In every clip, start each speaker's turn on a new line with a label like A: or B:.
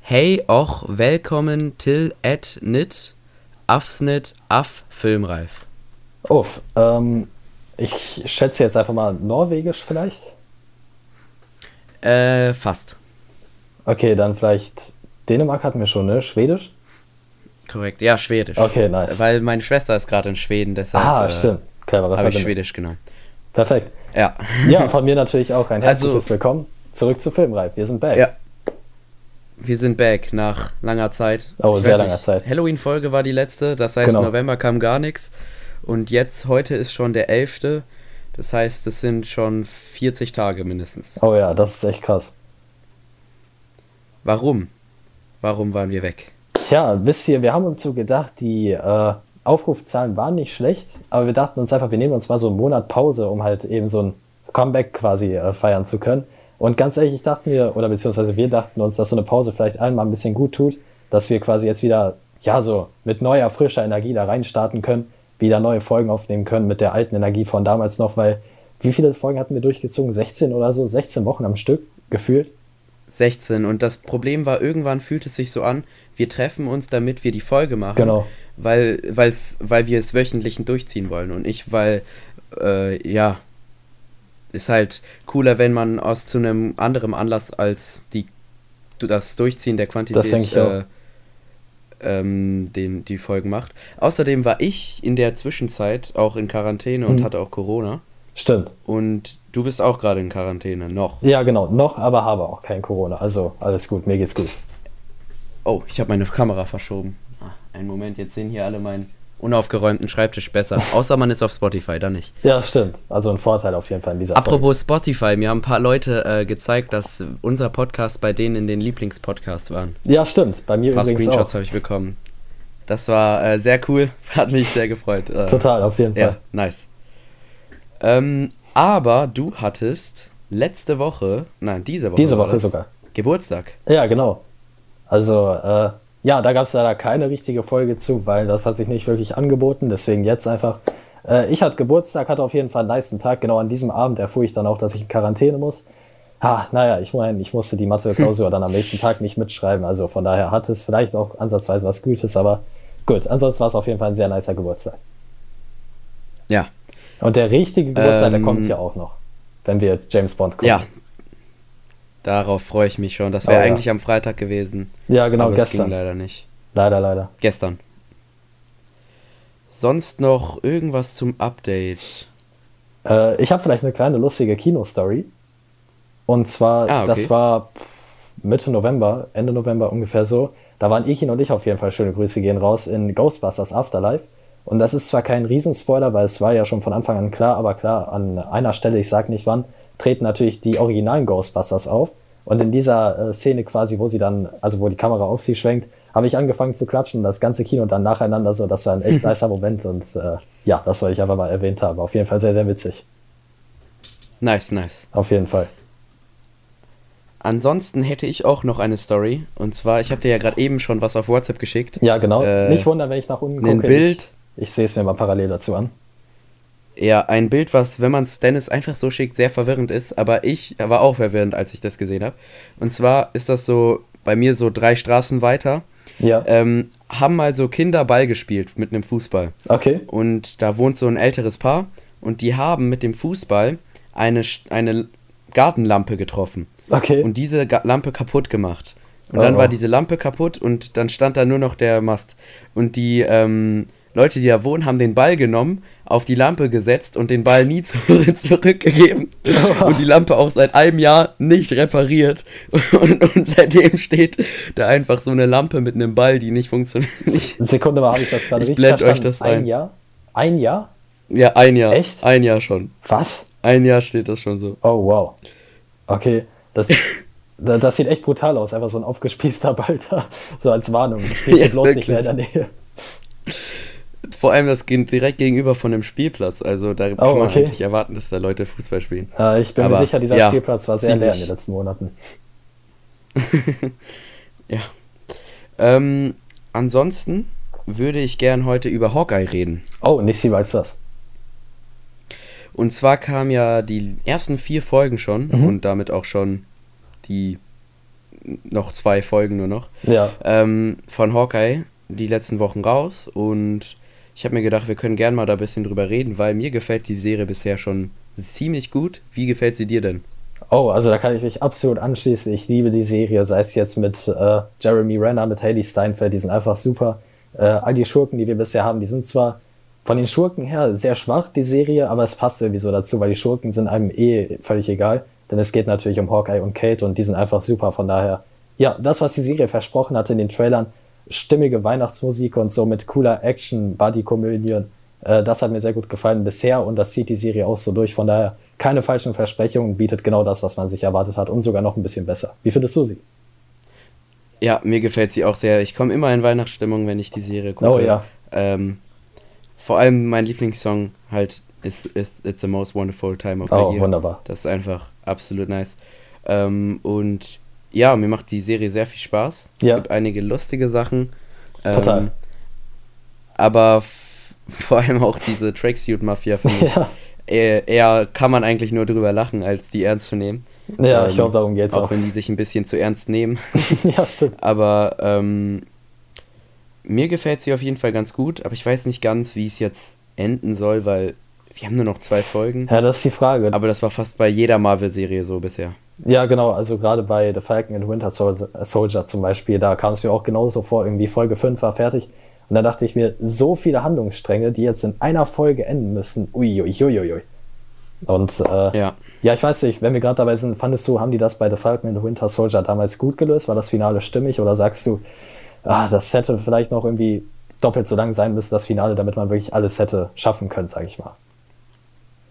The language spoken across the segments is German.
A: Hey och, willkommen till et nit Afsnit af Filmreif.
B: Uff, ähm, ich schätze jetzt einfach mal norwegisch vielleicht.
A: Äh, fast.
B: Okay, dann vielleicht Dänemark hatten wir schon, ne? Schwedisch?
A: Korrekt. Ja, Schwedisch.
B: Okay, nice.
A: Weil meine Schwester ist gerade in Schweden, deshalb
B: ah,
A: äh,
B: stimmt. genau. Clevere
A: habe ich
B: Verbindung.
A: Schwedisch genommen.
B: Perfekt.
A: Ja.
B: Ja, von mir natürlich auch ein
A: Also-
B: herzliches Willkommen zurück zu Filmreif. Wir sind back.
A: Ja. Wir sind back nach langer Zeit.
B: Oh,
A: Ich
B: sehr
A: weiß
B: langer Zeit.
A: Halloween-Folge war die letzte, das heißt,
B: Genau.
A: November kam gar nichts. Und jetzt, heute ist schon der 11. Das heißt, es sind schon 40 Tage mindestens.
B: Oh ja, das ist echt krass.
A: Warum? Warum waren wir weg?
B: Tja, wisst ihr, wir haben uns so gedacht, die äh, Aufrufzahlen waren nicht schlecht, aber wir dachten uns einfach, wir nehmen uns mal so einen Monat Pause, um halt eben so ein Comeback quasi äh, feiern zu können. Und ganz ehrlich, ich dachte mir, oder beziehungsweise wir dachten uns, dass so eine Pause vielleicht allen mal ein bisschen gut tut, dass wir quasi jetzt wieder, ja, so mit neuer, frischer Energie da reinstarten können, wieder neue Folgen aufnehmen können mit der alten Energie von damals noch, weil wie viele Folgen hatten wir durchgezogen? 16 oder so? 16 Wochen am Stück gefühlt?
A: 16. Und das Problem war, irgendwann fühlt es sich so an, wir treffen uns, damit wir die Folge machen.
B: Genau.
A: Weil, weil's, weil wir es wöchentlichen durchziehen wollen. Und ich, weil, äh, ja, ist halt cooler, wenn man aus zu einem anderen Anlass als die, du- das Durchziehen der Quantität
B: Das denk ich auch.
A: äh, ähm, den, die Folgen macht. Außerdem war ich in der Zwischenzeit auch in Quarantäne und
B: Mhm.
A: hatte auch Corona.
B: Stimmt.
A: Und du bist auch gerade in Quarantäne, noch.
B: Ja, genau. Noch, aber habe auch kein Corona. Also alles gut, mir geht's gut.
A: Oh, ich habe meine Kamera verschoben. Ah, einen Moment, jetzt sehen hier alle meinen unaufgeräumten Schreibtisch besser. Außer man ist auf Spotify, dann nicht.
B: Ja, stimmt. Also ein Vorteil auf jeden Fall in dieser Folge.
A: Apropos Spotify, mir haben ein paar Leute äh, gezeigt, dass unser Podcast bei denen in den Lieblingspodcasts waren.
B: Ja, stimmt. Bei mir
A: Ein paar
B: übrigens auch.
A: Screenshots habe ich bekommen. Das war äh, sehr cool, hat mich sehr gefreut. Äh,
B: Total, auf jeden
A: Ja,
B: Fall.
A: nice. Ähm, aber du hattest letzte Woche, nein, diese Woche.
B: Diese
A: war
B: Woche
A: das,
B: sogar.
A: Geburtstag.
B: Ja, genau. Also, äh, ja, da gab's leider keine richtige Folge zu, weil das hat sich nicht wirklich angeboten. Deswegen jetzt einfach. Äh, ich hatte Geburtstag, hatte auf jeden Fall einen niceen Tag. Genau an diesem Abend erfuhr ich dann auch, dass ich in Quarantäne muss. Ha, naja, ich meine, ich musste die Mathe-Klausur dann am nächsten Tag nicht mitschreiben. Also von daher hat es vielleicht auch ansatzweise was Gutes, aber gut. Ansonsten war es auf jeden Fall ein sehr nicer Geburtstag.
A: Ja,
B: Und der richtige Geburtstag, der
A: Ähm,
B: kommt hier auch noch, wenn wir James Bond gucken.
A: ja. Darauf freue ich mich schon. Das wäre
B: Oh, ja.
A: eigentlich am Freitag gewesen.
B: ja genau,
A: aber Es ging
B: gestern.
A: leider nicht.
B: Leider, leider.
A: Gestern. Sonst noch irgendwas zum Update?
B: Äh, ich habe vielleicht eine kleine lustige Kino-Story. Und zwar,
A: Ah, okay.
B: das war Mitte November, Ende November ungefähr so. Da waren Ikin und ich auf jeden Fall schöne Grüße gehen raus in Ghostbusters Afterlife. Und das ist zwar kein Riesenspoiler, weil es war ja schon von Anfang an klar, aber klar, an einer Stelle, ich sag nicht wann, treten natürlich die originalen Ghostbusters auf. Und in dieser äh, Szene quasi, wo sie dann, also wo die Kamera auf sie schwenkt, habe ich angefangen zu klatschen, das ganze Kino dann nacheinander so. Das war ein echt nicer Moment und äh, ja, das wollte ich einfach mal erwähnt haben. Auf jeden Fall sehr, sehr witzig.
A: Nice, nice.
B: Auf jeden Fall.
A: Ansonsten hätte ich auch noch eine Story. Und zwar, ich habe dir ja gerade eben schon was auf WhatsApp geschickt.
B: Ja, genau.
A: Äh,
B: Nicht wundern, wenn ich nach unten gucke.
A: ein Bild.
B: Ich, ich sehe es mir mal parallel dazu an.
A: Ja, ein Bild, was, wenn man es Dennis einfach so schickt, sehr verwirrend ist. Aber ich war auch verwirrend, als ich das gesehen habe. Und zwar ist das so bei mir so drei Straßen weiter.
B: Ja.
A: Ähm, haben mal so Kinder Ball gespielt mit einem Fußball.
B: okay.
A: und da wohnt so ein älteres Paar und die haben mit dem Fußball eine, Sch- eine Gartenlampe getroffen
B: Okay.
A: und diese Ga Lampe kaputt gemacht. Und
B: Oh.
A: dann war diese Lampe kaputt und dann stand da nur noch der Mast. Und die ähm, Leute, die da wohnen, haben den Ball genommen, auf die Lampe gesetzt und den Ball nie zur- zurückgegeben. Und die Lampe auch seit einem Jahr nicht repariert. Und, und seitdem steht da einfach so eine Lampe mit einem Ball, die nicht funktioniert.
B: Sekunde mal, habe ich das gerade
A: Ich
B: richtig
A: blend euch
B: verstanden?
A: das ein.
B: Ein Jahr? Ein Jahr?
A: Ja, ein Jahr.
B: Echt?
A: Ein Jahr schon.
B: Was?
A: Ein Jahr steht das schon so.
B: Oh, wow. Okay. Das, da- das sieht echt brutal aus. Einfach so ein aufgespießter Ball da. So als Warnung. Ich
A: Ja,
B: ja, bloß nicht
A: wirklich.
B: mehr in der Nähe.
A: Vor allem das geht direkt gegenüber von dem Spielplatz. Also da kann
B: Oh,
A: man
B: okay.
A: eigentlich erwarten, dass da Leute Fußball spielen.
B: Äh, ich bin
A: Aber,
B: mir sicher, dieser
A: ja,
B: Spielplatz war sehr leer in den
A: ziemlich.
B: letzten Monaten.
A: Ja. Ähm, ansonsten würde ich gern heute über Hawkeye reden.
B: Oh, nicht sie weiß das.
A: Und zwar
B: Mhm.
A: kamen ja die ersten vier Folgen schon und damit auch schon die noch zwei Folgen nur noch,
B: Ja.
A: ähm, von Hawkeye die letzten Wochen raus. Und ich habe mir gedacht, wir können gern mal da ein bisschen drüber reden, weil mir gefällt die Serie bisher schon ziemlich gut. Wie gefällt sie dir denn?
B: Oh, also da kann ich mich absolut anschließen. Ich liebe die Serie, sei es jetzt mit äh, Jeremy Renner, mit Haley Steinfeld, die sind einfach super. Äh, all die Schurken, die wir bisher haben, die sind zwar von den Schurken her sehr schwach, die Serie, aber es passt irgendwie so dazu, weil die Schurken sind einem eh völlig egal. Denn es geht natürlich um Hawkeye und Kate und die sind einfach super. Von daher, ja, das, was die Serie versprochen hatte in den Trailern, stimmige Weihnachtsmusik und so mit cooler Action, Buddy-Komödien, äh, das hat mir sehr gut gefallen bisher und das zieht die Serie auch so durch. Von daher keine falschen Versprechungen, bietet genau das, was man sich erwartet hat und sogar noch ein bisschen besser. Wie findest du sie?
A: Ja, mir gefällt sie auch sehr. Ich komme immer in Weihnachtsstimmung, wenn ich die Serie gucke.
B: Oh ja.
A: Ähm, vor allem mein Lieblingssong halt ist, ist It's the Most Wonderful Time of the
B: Oh,
A: Year.
B: wunderbar.
A: Das ist einfach absolut nice. Ähm, und ja, mir macht die Serie sehr viel Spaß.
B: Ja.
A: Es gibt einige lustige Sachen. Ähm,
B: Total.
A: Aber f- vor allem auch diese Tracksuit-Mafia finde ich.
B: Ja,
A: Eher, eher kann man eigentlich nur drüber lachen, als die ernst zu nehmen.
B: ja
A: Ähm,
B: ich glaube, darum geht's
A: Auch
B: auch.
A: wenn die sich ein bisschen zu ernst nehmen.
B: ja, stimmt.
A: Aber ähm, mir gefällt sie auf jeden Fall ganz gut, aber ich weiß nicht ganz, wie es jetzt enden soll, weil wir haben nur noch zwei Folgen.
B: Ja, das ist die Frage.
A: Aber das war fast bei jeder Marvel-Serie so bisher.
B: Ja, genau. Also gerade bei The Falcon and Winter Sol- äh, Soldier zum Beispiel, da kam es mir auch genauso vor. Irgendwie Folge 5 war fertig. Und dann dachte ich mir, so viele Handlungsstränge, die jetzt in einer Folge enden müssen. Uiuiuiui. Und äh,
A: Ja.
B: ja, ich weiß nicht, wenn wir gerade dabei sind, fandest du, haben die das bei The Falcon and Winter Soldier damals gut gelöst? War das Finale stimmig? Oder sagst du, ah, das hätte vielleicht noch irgendwie doppelt so lang sein müssen, das Finale, damit man wirklich alles hätte schaffen können, sag ich mal.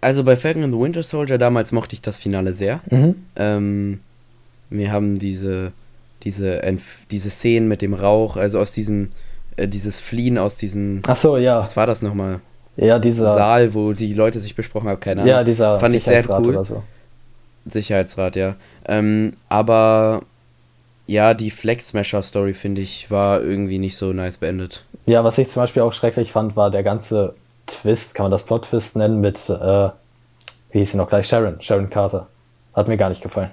A: Also bei Falcon and the Winter Soldier damals mochte ich das Finale sehr.
B: Mhm.
A: Ähm, wir haben diese, diese, Entf- diese Szenen mit dem Rauch, also aus diesem, äh, dieses Fliehen aus diesem,
B: Ach so, ja.
A: was war das nochmal?
B: Ja, dieser,
A: Saal, wo die Leute sich besprochen haben, keine Ahnung.
B: ja, dieser
A: ne? Fand ich sehr cool.
B: oder so.
A: Sicherheitsrat, ja. Ähm, aber ja, die Flex Smasher Story, finde ich, war irgendwie nicht so nice beendet.
B: Ja, was ich zum Beispiel auch schrecklich fand, war der ganze Twist, kann man das Plot-Twist nennen, mit, äh, wie hieß sie noch gleich, Sharon, Sharon Carter. Hat mir gar nicht gefallen.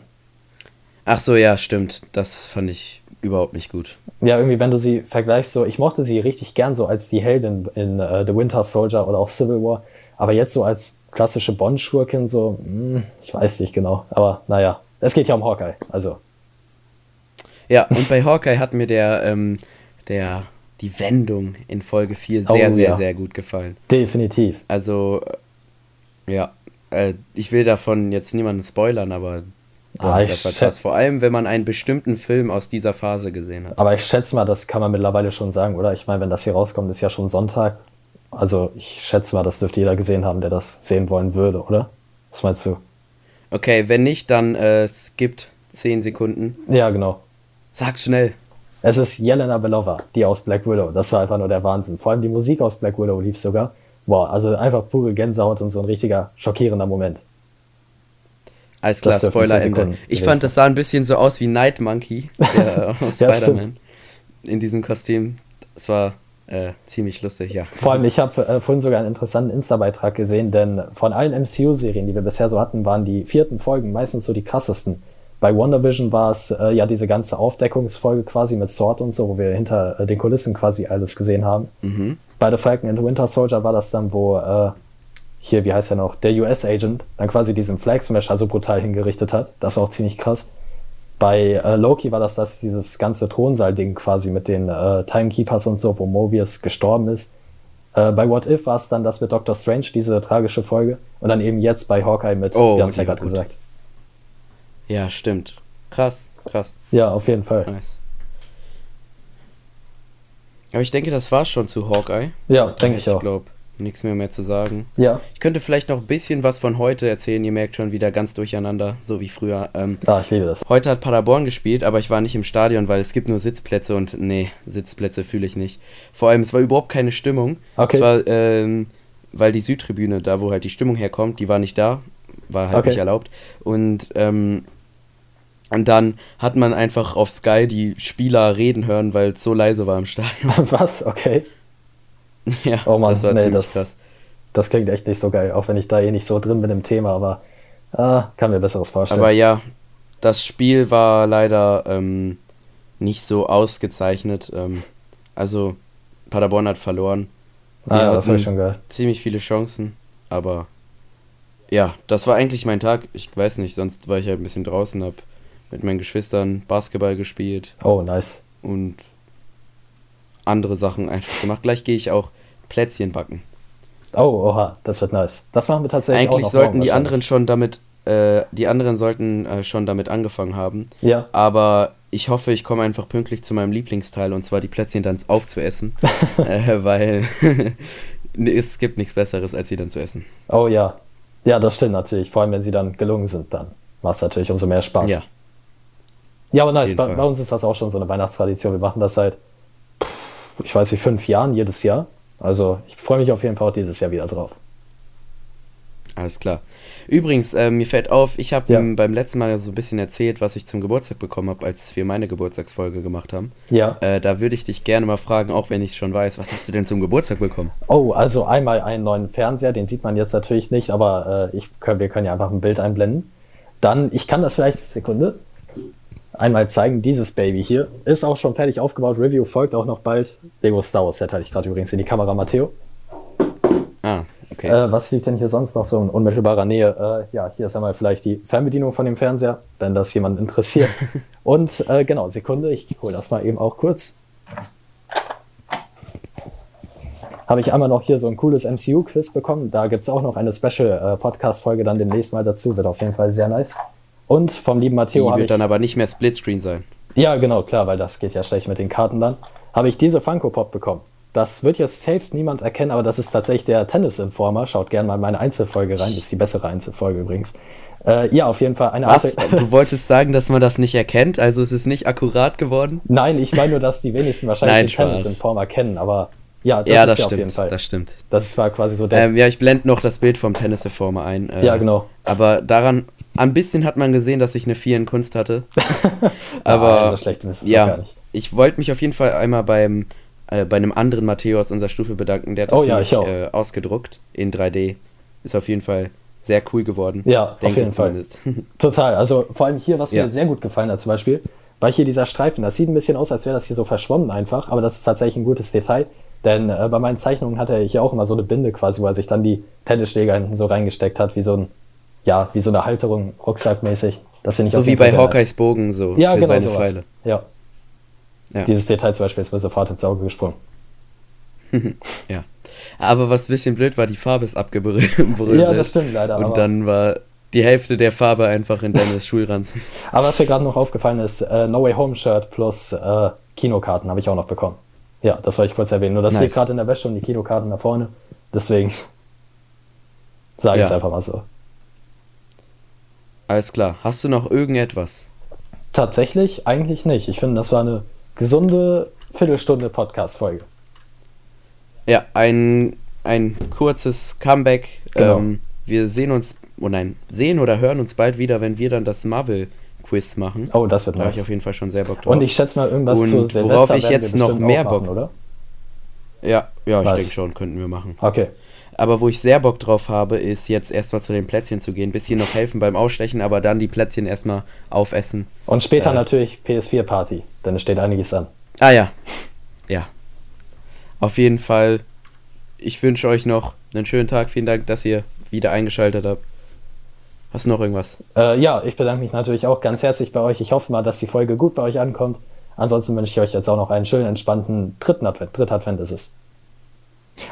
A: Ach so, ja, stimmt. Das fand ich überhaupt nicht gut.
B: Ja, irgendwie, wenn du sie vergleichst, so, ich mochte sie richtig gern so als die Heldin in äh, The Winter Soldier oder auch Civil War, aber jetzt so als klassische Bond-Schurkin, so, hm, ich weiß nicht genau, aber naja, es geht ja um Hawkeye, also,
A: Ja, und bei Hawkeye hat mir der, ähm, der, die Wendung in Folge 4
B: Oh,
A: sehr, sehr,
B: ja.
A: sehr gut gefallen.
B: definitiv.
A: Also, äh, ja, äh, ich will davon jetzt niemanden spoilern, aber boah,
B: Ah, ich
A: das war
B: schä-
A: krass. Vor allem, wenn man einen bestimmten Film aus dieser Phase gesehen hat.
B: Aber ich schätze mal, das kann man mittlerweile schon sagen, oder? Ich meine, wenn das hier rauskommt, ist ja schon Sonntag. Also ich schätze mal, das dürfte jeder gesehen haben, der das sehen wollen würde, oder? Was meinst du?
A: Okay, wenn nicht, dann äh, skippt 10 Sekunden.
B: Ja, genau.
A: Sag schnell.
B: Es ist Jelena Belova, die aus Black Widow. Das war einfach nur der Wahnsinn. Vor allem die Musik aus Black Widow lief sogar. Boah, also einfach pure Gänsehaut und so ein richtiger schockierender Moment.
A: Alles klar,
B: Das dürfen
A: Spoiler
B: zehn
A: Ende.
B: Sekunden
A: Ich
B: gewesen
A: fand, das sah ein bisschen so aus wie Night Monkey, der äh, aus
B: Ja,
A: Spider-Man. In diesem Kostüm. Es war äh, ziemlich lustig, ja.
B: Vor allem, ich habe äh, vorhin sogar einen interessanten Insta-Beitrag gesehen, denn von allen MCU-Serien, die wir bisher so hatten, waren die vierten Folgen meistens so die krassesten. Bei WandaVision war es äh, ja diese ganze Aufdeckungsfolge quasi mit Sword und so, wo wir hinter äh, den Kulissen quasi alles gesehen haben. Bei The Falcon and the Winter Soldier war das dann, wo äh, hier, wie heißt er noch, der US-Agent dann quasi diesen Flag Smasher so brutal hingerichtet hat. Das war auch ziemlich krass. Bei äh, Loki war das, das dieses ganze Thronsaal-Ding quasi mit den äh, Timekeepers und so, wo Mobius gestorben ist. Äh, bei What If war es dann das mit Doctor Strange, diese tragische Folge. Und dann eben jetzt bei Hawkeye mit,
A: Oh,
B: wir haben es ja
A: die war
B: gerade
A: gut.
B: gesagt.
A: Ja, stimmt. Krass, krass,
B: Ja, auf jeden Fall.
A: nice. Aber ich denke, das war's schon zu Hawkeye.
B: Ja, denke ich
A: Ich
B: auch.
A: glaube, nichts mehr mehr zu sagen.
B: Ja,
A: Ich könnte vielleicht noch ein bisschen was von heute erzählen. Ihr merkt schon wieder ganz durcheinander, so wie früher. Ähm,
B: ah, ich liebe das.
A: Heute hat Paderborn gespielt, aber ich war nicht im Stadion, weil es gibt nur Sitzplätze und nee, Sitzplätze fühle ich nicht. Vor allem, es war überhaupt keine Stimmung.
B: Okay.
A: Es war, ähm, weil die Südtribüne, da wo halt die Stimmung herkommt, die war nicht da, war halt
B: Okay.
A: nicht erlaubt. Und, ähm, und dann hat man einfach auf Sky die Spieler reden hören, weil es so leise war im Stadion.
B: Was? Okay.
A: ja,
B: Oh Mann,
A: das war
B: nee,
A: ziemlich
B: das-
A: krass.
B: Das klingt echt nicht so geil, auch wenn ich da eh nicht so drin bin im Thema, aber äh, kann mir ah, Besseres vorstellen.
A: Aber ja, das Spiel war leider ähm, nicht so ausgezeichnet. Ähm, also Paderborn hat verloren.
B: Ah,
A: Wir
B: ja, das habe ich
A: hatten
B: schon gehört.
A: Ziemlich viele Chancen, aber ja, das war eigentlich mein Tag. Ich weiß nicht, sonst war ich halt ein bisschen draußen, hab mit meinen Geschwistern Basketball gespielt
B: Oh, nice.
A: und andere Sachen einfach gemacht. Gleich gehe ich auch Plätzchen backen.
B: Oh, oha, das wird nice. Das machen wir tatsächlich auch
A: Eigentlich
B: noch
A: sollten
B: morgen
A: die anderen
B: wahrscheinlich.
A: schon damit, äh, die anderen sollten äh, schon damit angefangen haben.
B: Ja,
A: Aber ich hoffe, ich komme einfach pünktlich zu meinem Lieblingsteil und zwar die Plätzchen dann aufzuessen, äh, weil nee, es gibt nichts Besseres, als sie dann zu essen.
B: oh ja. Ja, das stimmt natürlich. Vor allem, wenn sie dann gelungen sind, dann macht es natürlich umso mehr Spaß.
A: Ja.
B: Ja, aber nice.
A: jeden
B: Bei,
A: Fall.
B: bei uns ist das auch schon so eine Weihnachtstradition. Wir machen das seit, pff, ich weiß nicht, fünf Jahren jedes Jahr. Also ich freue mich auf jeden Fall auch dieses Jahr wieder drauf.
A: Alles klar. Übrigens, äh, mir fällt auf, ich habe
B: Ja.
A: beim letzten Mal so ein bisschen erzählt, was ich zum Geburtstag bekommen habe, als wir meine Geburtstagsfolge gemacht haben.
B: Ja.
A: Äh, da würde ich dich gerne mal fragen, auch wenn ich schon weiß, was hast du denn zum Geburtstag bekommen?
B: Oh, also einmal einen neuen Fernseher, den sieht man jetzt natürlich nicht, aber äh, ich, können- wir können ja einfach ein Bild einblenden. Dann, ich kann das vielleicht, Sekunde, einmal zeigen, dieses Baby hier ist auch schon fertig aufgebaut. Review folgt auch noch bald. Lego Star Wars Set hatte ich gerade übrigens in die Kamera, Matteo.
A: Ah, okay.
B: Äh, was liegt denn hier sonst noch so in unmittelbarer Nähe? Äh, ja, hier ist einmal vielleicht die Fernbedienung von dem Fernseher, wenn das jemand interessiert. Und äh, genau, Sekunde, ich hole das mal eben auch kurz. Habe ich einmal noch hier so ein cooles MCU-Quiz bekommen. Da gibt es auch noch eine Special-Podcast-Folge dann demnächst mal dazu. Wird auf jeden Fall sehr nice. Und vom lieben
A: Die
B: Matteo habe
A: wird
B: ich.
A: dann aber nicht mehr Splitscreen sein.
B: Ja, genau, klar, weil das geht ja schlecht mit den Karten dann. Habe ich diese Funko Pop bekommen. Das wird jetzt safe niemand erkennen, aber das ist tatsächlich der Tennis-Informer. Schaut gerne mal in meine Einzelfolge rein. Ist die bessere Einzelfolge übrigens. Äh, ja, auf jeden Fall eine
A: Was?
B: Art-
A: Du wolltest sagen, dass man das nicht erkennt? Also es ist nicht akkurat geworden?
B: Nein, ich meine nur, dass die wenigsten wahrscheinlich
A: Nein,
B: den
A: Spaß.
B: Tennis-Informer kennen, aber ja, das
A: ja,
B: ist
A: das
B: ja
A: stimmt.
B: auf jeden Fall.
A: Das stimmt.
B: Das war quasi so der.
A: Ähm, ja, ich blende noch das Bild vom Tennis-Reformer ein. äh,
B: Ja, genau.
A: Aber daran, ein bisschen hat man gesehen, dass ich eine 4 in Kunst hatte.
B: Ah,
A: aber
B: so schlecht ist es doch
A: ja,
B: gar nicht.
A: ich wollte mich auf jeden Fall einmal beim, äh, bei einem anderen Matteo aus unserer Stufe bedanken. Der hat das
B: Oh
A: für
B: ja,
A: mich
B: ich auch.
A: äh, ausgedruckt in 3D. Ist auf jeden Fall sehr cool geworden.
B: Ja, auf jeden Fall.
A: Fall.
B: Total. Also vor allem hier, was mir
A: Ja.
B: sehr gut gefallen hat zum Beispiel, war hier dieser Streifen. Das sieht ein bisschen aus, als wäre das hier so verschwommen einfach, aber das ist tatsächlich ein gutes Detail. Denn äh, bei meinen Zeichnungen hatte er hier auch immer so eine Binde quasi, wo er sich dann die Tennisschläger hinten so reingesteckt hat, wie so ein, ja, wie so eine Halterung, rucksackmäßig. Das finde ich auf
A: So wie
B: jeden Fall
A: bei
B: sehr
A: Hawkeyes
B: nice.
A: Bogen so
B: Ja,
A: für
B: genau
A: seine
B: sowas.
A: Pfeile.
B: Ja.
A: Ja.
B: Dieses Detail zum Beispiel ist mir sofort ins Auge gesprungen.
A: Ja. Aber was ein bisschen blöd war, die Farbe ist abgebröselt.
B: Ja, das stimmt leider, aber-
A: Und dann war die Hälfte der Farbe einfach in Dennis Schulranzen.
B: Aber was mir gerade noch aufgefallen ist, äh, No Way Home Shirt plus äh, Kinokarten habe ich auch noch bekommen. Ja, das wollte ich kurz erwähnen. Nur das
A: Nice.
B: steht gerade in der Wäsche und die Kinokarten da vorne. Deswegen sage ich es
A: Ja.
B: einfach mal so.
A: Alles klar. Hast du noch irgendetwas?
B: Tatsächlich eigentlich nicht. Ich finde, das war eine gesunde Viertelstunde Podcast-Folge.
A: Ja, ein, ein kurzes Comeback.
B: Genau.
A: Ähm, wir sehen uns, oh nein, sehen oder hören uns bald wieder, wenn wir dann das Marvel-Quiz machen.
B: Oh, das wird
A: Da habe ich
B: nice.
A: auf jeden Fall schon sehr Bock drauf.
B: Und ich schätze mal, irgendwas
A: Und
B: zu
A: worauf
B: Silvester
A: ich
B: werden wir
A: jetzt noch
B: bestimmt auch
A: mehr
B: machen,
A: Bock-
B: oder?
A: ja, ja, ich
B: Nice.
A: denke schon, könnten wir machen.
B: Okay.
A: Aber wo ich sehr Bock drauf habe, ist jetzt erstmal zu den Plätzchen zu gehen, bisschen noch helfen beim Ausstechen, aber dann die Plätzchen erstmal aufessen.
B: Und später
A: Äh.
B: natürlich PS4-Party, denn es steht einiges an.
A: Ah ja. Ja. Auf jeden Fall, ich wünsche euch noch einen schönen Tag. Vielen Dank, dass ihr wieder eingeschaltet habt. Hast du noch irgendwas?
B: Äh, ja, ich bedanke mich natürlich auch ganz herzlich bei euch. Ich hoffe mal, dass die Folge gut bei euch ankommt. Ansonsten wünsche ich euch jetzt auch noch einen schönen, entspannten dritten Advent. Dritter Advent ist es.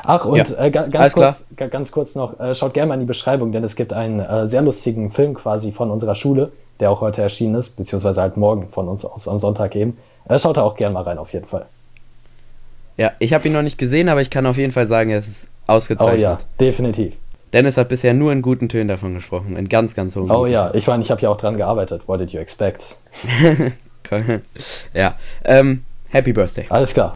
B: Ach, und
A: Ja,
B: äh, ga- ganz,
A: alles
B: kurz, ga- ganz kurz noch, äh, schaut gerne mal in die Beschreibung, denn es gibt einen äh, sehr lustigen Film quasi von unserer Schule, der auch heute erschienen ist, beziehungsweise halt morgen von uns aus am Sonntag eben. Äh, schaut da auch gerne mal rein, auf jeden Fall.
A: Ja, ich habe ihn noch nicht gesehen, aber ich kann auf jeden Fall sagen, es ist
B: Oh
A: ausgezeichnet.
B: ja, definitiv.
A: Dennis hat bisher nur in guten Tönen davon gesprochen, in ganz, ganz hohen.
B: Oh ja, ich meine, ich habe ja auch dran gearbeitet. What did you expect?
A: ja. Ja. Ähm, Happy Birthday.
B: Alles klar.